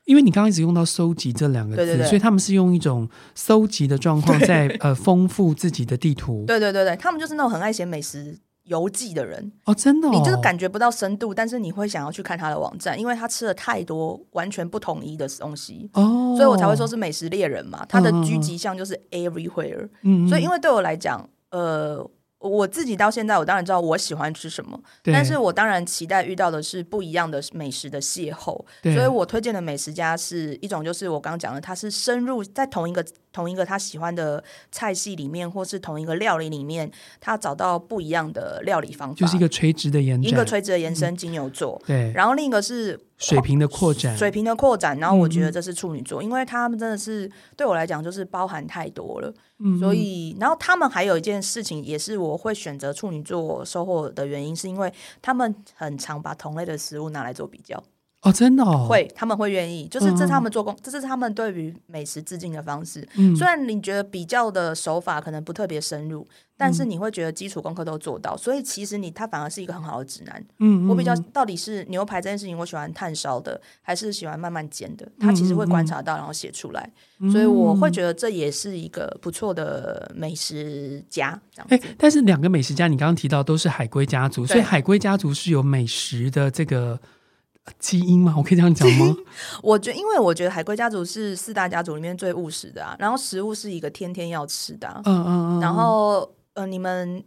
B: 因为你刚刚一直用到“收集”这两个
A: 对
B: 字，
A: 对对
B: 所以他们是用一种收集的状况在呃丰富自己的地图。
A: 对对对对，他们就是那种很爱写美食。游记的人，
B: 哦，真的、哦，
A: 你就是感觉不到深度，但是你会想要去看他的网站，因为他吃了太多完全不统一的东西，
B: 哦，
A: 所以我才会说是美食猎人嘛。他的
B: 嗯嗯嗯
A: 狙击项就是 everywhere，
B: 嗯，嗯，
A: 所以因为对我来讲，呃，我自己到现在我当然知道我喜欢吃什么，
B: 对
A: 但是我当然期待遇到的是不一样的美食的邂逅，
B: 对
A: 所以我推荐的美食家是一种，就是我刚刚讲的，它是深入在同一个同一个他喜欢的菜系里面，或是同一个料理里面，他找到不一样的料理方法，
B: 就是一个垂直的延展，
A: 一个垂直的延伸金牛座，
B: 对
A: 然后另一个是
B: 水平的扩展，
A: 水平的扩展。然后我
B: 嗯
A: 觉得这是处女座，因为他们真的是对我来讲就是包含太多了，
B: 嗯
A: 所以然后他们还有一件事情也是我会选择处女座收获的原因，是因为他们很常把同类的食物拿来做比较，
B: 哦，真的哦，
A: 会他们会愿意，就是这是
B: 嗯
A: 他们做工，这是他们对于美食致敬的方式。
B: 嗯
A: 虽然你觉得比较的手法可能不特别深入，但
B: 嗯
A: 是你会觉得基础功课都做到，所以其实你他反而是一个很好的指南。
B: 嗯，嗯
A: 我比较
B: 嗯
A: 到底是牛排这件事情，我喜欢炭烧的，还是喜欢慢慢煎
B: 嗯
A: 的？他其实会观察到，然后写出来，所以我会觉得这也是一个不错的美食家这样
B: 哎
A: 子。，
B: 但是两个美食家，你刚刚提到都是海龟家族，所以海龟家族是有美食的这个呃基因吗？我可以这样讲 吗？
A: 我觉因为我觉得海龟家族是四大家族里面最务实的啊，然后食物是一个天天要吃的、啊
B: 嗯，嗯嗯嗯。
A: 然后呃，你们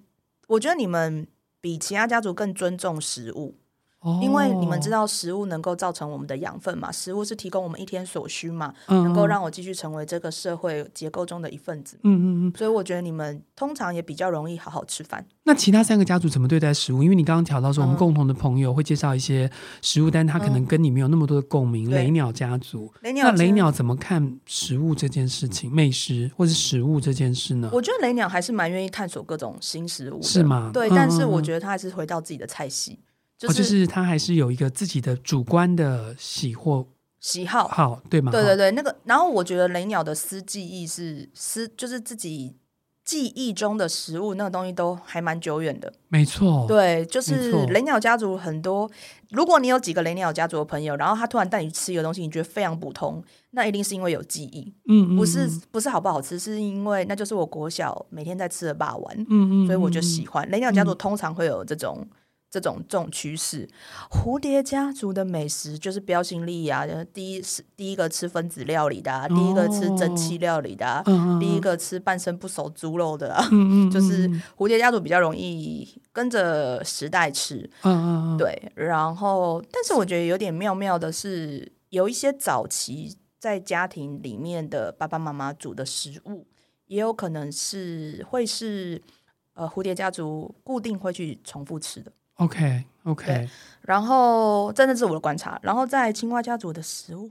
A: 我觉得你们比其他家族更尊重食物，
B: 哦，
A: 因为你们知道食物能够造成我们的养分嘛，食物是提供我们一天所需嘛，
B: 嗯，
A: 能够
B: 嗯
A: 让我继续成为这个社会结构中的一份子。
B: 嗯嗯嗯。
A: 所以我觉得你们通常也比较容易好好吃饭。
B: 那其他三个家族怎么对待食物？因为你刚刚聊到说，我们
A: 嗯
B: 共同的朋友会介绍一些食物，但他可能跟你没有那么多的共鸣。
A: 对
B: 雷鸟家族，
A: 雷鸟
B: 那
A: 是，
B: 雷鸟怎么看食物这件事情？美食或是食物这件事呢？
A: 我觉得雷鸟还是蛮愿意探索各种新食物的，
B: 是吗
A: 对，
B: 嗯
A: 但是
B: 嗯
A: 我
B: 嗯
A: 觉得他还是回到自己的菜系，就
B: 哦，就是是他还是有一个自己的主观的喜或
A: 喜好。
B: 好，对吗？
A: 对对对，那个，然后我觉得雷鸟的私记忆是私，就是自己记忆中的食物那个东西都还蛮久远的。
B: 没错，
A: 对，就
B: 哦没
A: 是
B: 错
A: 雷鸟家族很多，如果你有几个雷鸟家族的朋友，然后他突然带你吃一个东西，你觉得非常普通，那一定是因为有记忆，
B: 嗯，嗯
A: 不是
B: 嗯
A: 不是好不好吃，是因为那就是我国小每天在吃的霸丸，
B: 嗯嗯，
A: 所以我就
B: 嗯
A: 喜欢。雷鸟家族通常会有这种。这种这种趋势，蝴蝶家族的美食就是标新立异啊！就是第一是第一个吃分子料理的、啊，第一个吃蒸汽料理的、啊，
B: 哦嗯嗯，
A: 第一
B: 嗯
A: 个吃半生不熟猪肉的、啊，
B: 嗯嗯，
A: 就是
B: 嗯
A: 蝴蝶家族比较容易跟着时代吃。
B: 嗯嗯，嗯，
A: 对，然后但是我觉得有点妙妙的是，有一些早期在家庭里面的爸爸妈妈煮的食物，也有可能是会是呃蝴蝶家族固定会去重复吃的。
B: OK OK，
A: 对然后真的是我的观察，然后在青蛙家族的食物，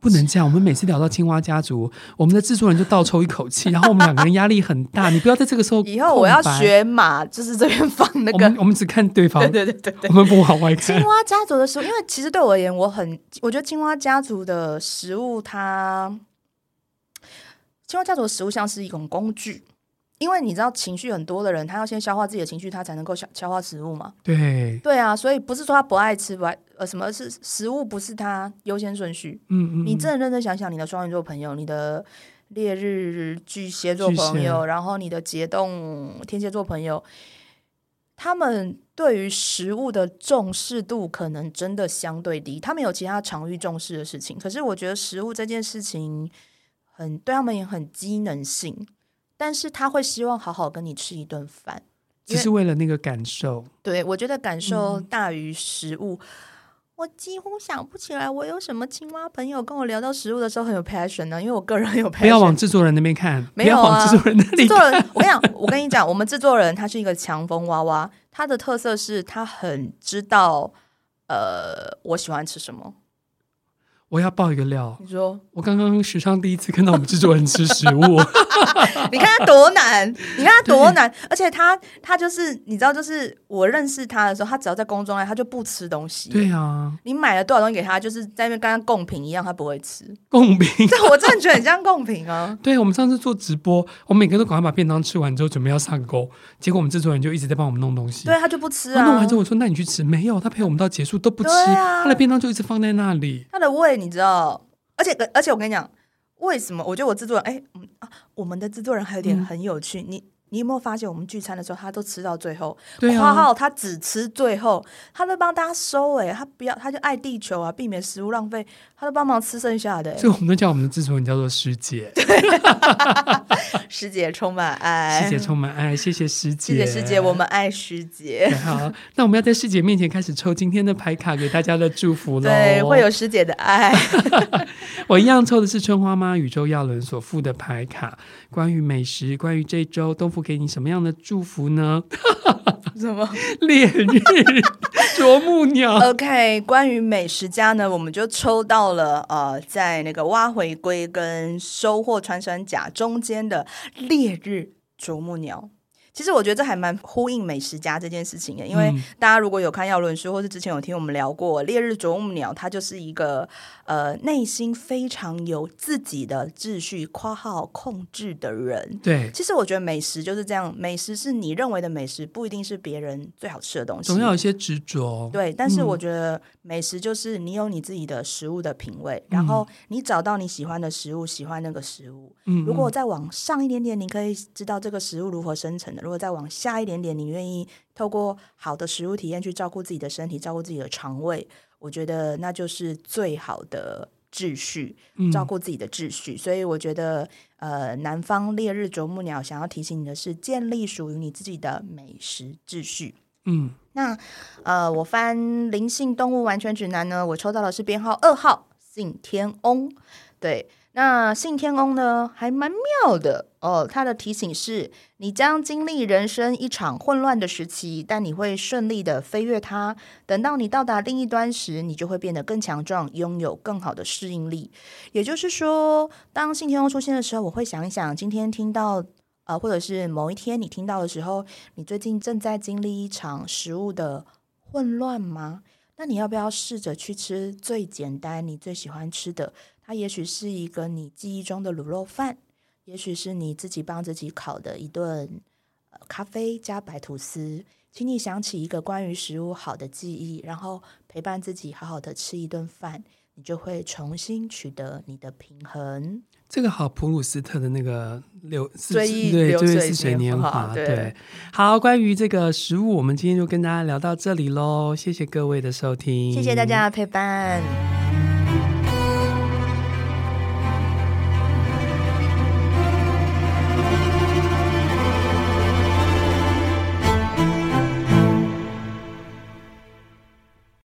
B: 不能这样。我们每次聊到青蛙家族，我们的制作人就倒抽一 口气，然后我们两个人压力很大。你不要在这个时候，
A: 以后我要。学马，就是这边放那
B: 我
A: 个
B: 们，我们只看对方
A: 对，对对对对
B: 我。们不往外
A: 青
B: 看。
A: 蛙家族的食物，因为其实对我而言，我很我觉得青蛙家族的食物它，青蛙家族的食物像是一种工具，因为你知道情绪很多的人，他要先消化自己的情绪，他才能够消消化食物嘛。
B: 对，
A: 对啊，所以不是说他不爱吃不爱呃什么是食物不是他优先顺序。
B: 嗯嗯，
A: 你
B: 嗯
A: 真的认真想想，你的双鱼座朋友，你的烈日巨蟹座朋
B: 巨蟹
A: 友，然后你的解冻天蝎座朋友，他们对于食物的重视度可能真的相对低，他们有其他场域重视的事情。可是我觉得食物这件事情很对他们也很机能性，但是他会希望好好跟你吃一顿饭。
B: 只是为了那个感受。
A: 对，我觉得感受
B: 嗯
A: 大于食物。我几乎想不起来我有什么青蛙朋友跟我聊到食物的时候很有 passion 呢，因为我个人很有 passion。
B: 不要往制作人那边看，不
A: 没有
B: 要
A: 啊
B: 往制作人那
A: 制
B: 里
A: 作
B: 看。
A: 人，我跟你讲，我跟你讲，我们制作人他是一个强风娃娃，他的特色是他很知道，呃，我喜欢吃什么。
B: 我要爆一个料，
A: 你说，
B: 我刚刚史上第一次看到我们制作人吃食 物。
A: 你看他多难，你看他多难，而且他他就是你知道，就是我认识他的时候，他只要在公众来，他就不吃东西。
B: 对啊，
A: 你买了多少东西给他，就是在那边跟他共品一样，他不会吃。
B: 共鸣。
A: 对，我真的觉得很像贡品啊。
B: 对，我们上次做直播，我们每个都赶快把便当吃完之后，准备要上钩，结果我们制作人就一直在帮我们弄东西。
A: 对，他就不吃
B: 他
A: 啊。
B: 弄完之后，我说：“那你去吃？”没有，他陪我们到结束都不吃，
A: 对啊
B: 他的便当就一直放在那里。
A: 他的胃你知道，而且而且我跟你讲，为什么？我觉得我制作人，哎、嗯啊，我们的制作人还有点
B: 嗯
A: 很有趣。你你有没有发现我们聚餐的时候，他都吃到最后？
B: 对
A: 花
B: 啊，
A: 浩他只吃最后，他都帮大家收哎、他不要，他就爱地球啊，避免食物浪费，他都帮忙吃剩下的、欸。
B: 所以我们都叫我们的制作人叫做师姐，
A: 师姐充满爱，
B: 师姐充满爱，谢谢师姐，
A: 哎谢谢师姐，我。们爱师姐。
B: 对好，那我们要在师姐面前开始抽今天的牌卡，给大家的祝福喽。
A: 对，会有师姐的爱。
B: 我一样抽的是春花妈宇宙耀伦所附的牌卡，关于美食，关于这周东福给你什么样的祝福呢？
A: 什么
B: 烈日啄木
A: 呃
B: 鸟，
A: ？OK，关于美食家呢，我们就抽到了呃，在那个挖回归跟收获穿山甲中间的烈日啄木鸟。其实我觉得这还蛮呼应美食家这件事情的，因为
B: 嗯
A: 大家如果有看药论书，或是之前有听我们聊过《烈日啄木鸟》，它就是一个呃内心非常有自己的秩序（括号控制）的人。
B: 对，
A: 其实我觉得美食就是这样，美食是你认为的美食，不一定是别人最好吃的东西。
B: 总要有一些执着。
A: 对，但是我觉得美食就是你有你自己的食物的品味，然后你找到你喜欢的食物，喜欢那个食物。
B: 嗯，嗯
A: 如果再往上一点点，你可以知道这个食物如何生成的；如果再往下一点点，你愿意透过好的食物体验去照顾自己的身体，照顾自己的肠胃，我觉得那就是最好的秩序，照顾自己的秩序。所以我觉得，呃，南方烈日啄木鸟想要提醒你的是，建立属于你自己的美食秩序。
B: 嗯，
A: 那呃，我翻《灵性动物完全指南》呢，我抽到的是编号二号信天翁。对，那信天翁呢，还蛮妙的哦。它的提醒是：你将经历人生一场混乱的时期，但你会顺利的飞越它。等到你到达另一端时，你就会变得更强壮，拥有更好的适应力。也就是说，当信天翁出现的时候，我会想一想今天听到。呃，或者是某一天你听到的时候，你最近正在经历一场食物的混乱吗？那你要不要试着去吃最简单、你最喜欢吃的？它也许是一个你记忆中的卤肉饭，也许是你自己帮自己烤的一顿、呃咖啡加白吐司。请你想起一个关于食物好的记忆，然后陪伴自己好好的吃一顿饭，你就会重新取得你的平衡。
B: 这个好，普鲁斯特的那个流是
A: 追忆
B: 对
A: 流
B: 追忆
A: 水
B: 似水
A: 年
B: 年
A: 华
B: 华，
A: 对
B: 对。好，关于这个食物，我们今天就跟大家聊到这里喽，谢谢各位的收听，
A: 谢谢大。家的陪伴。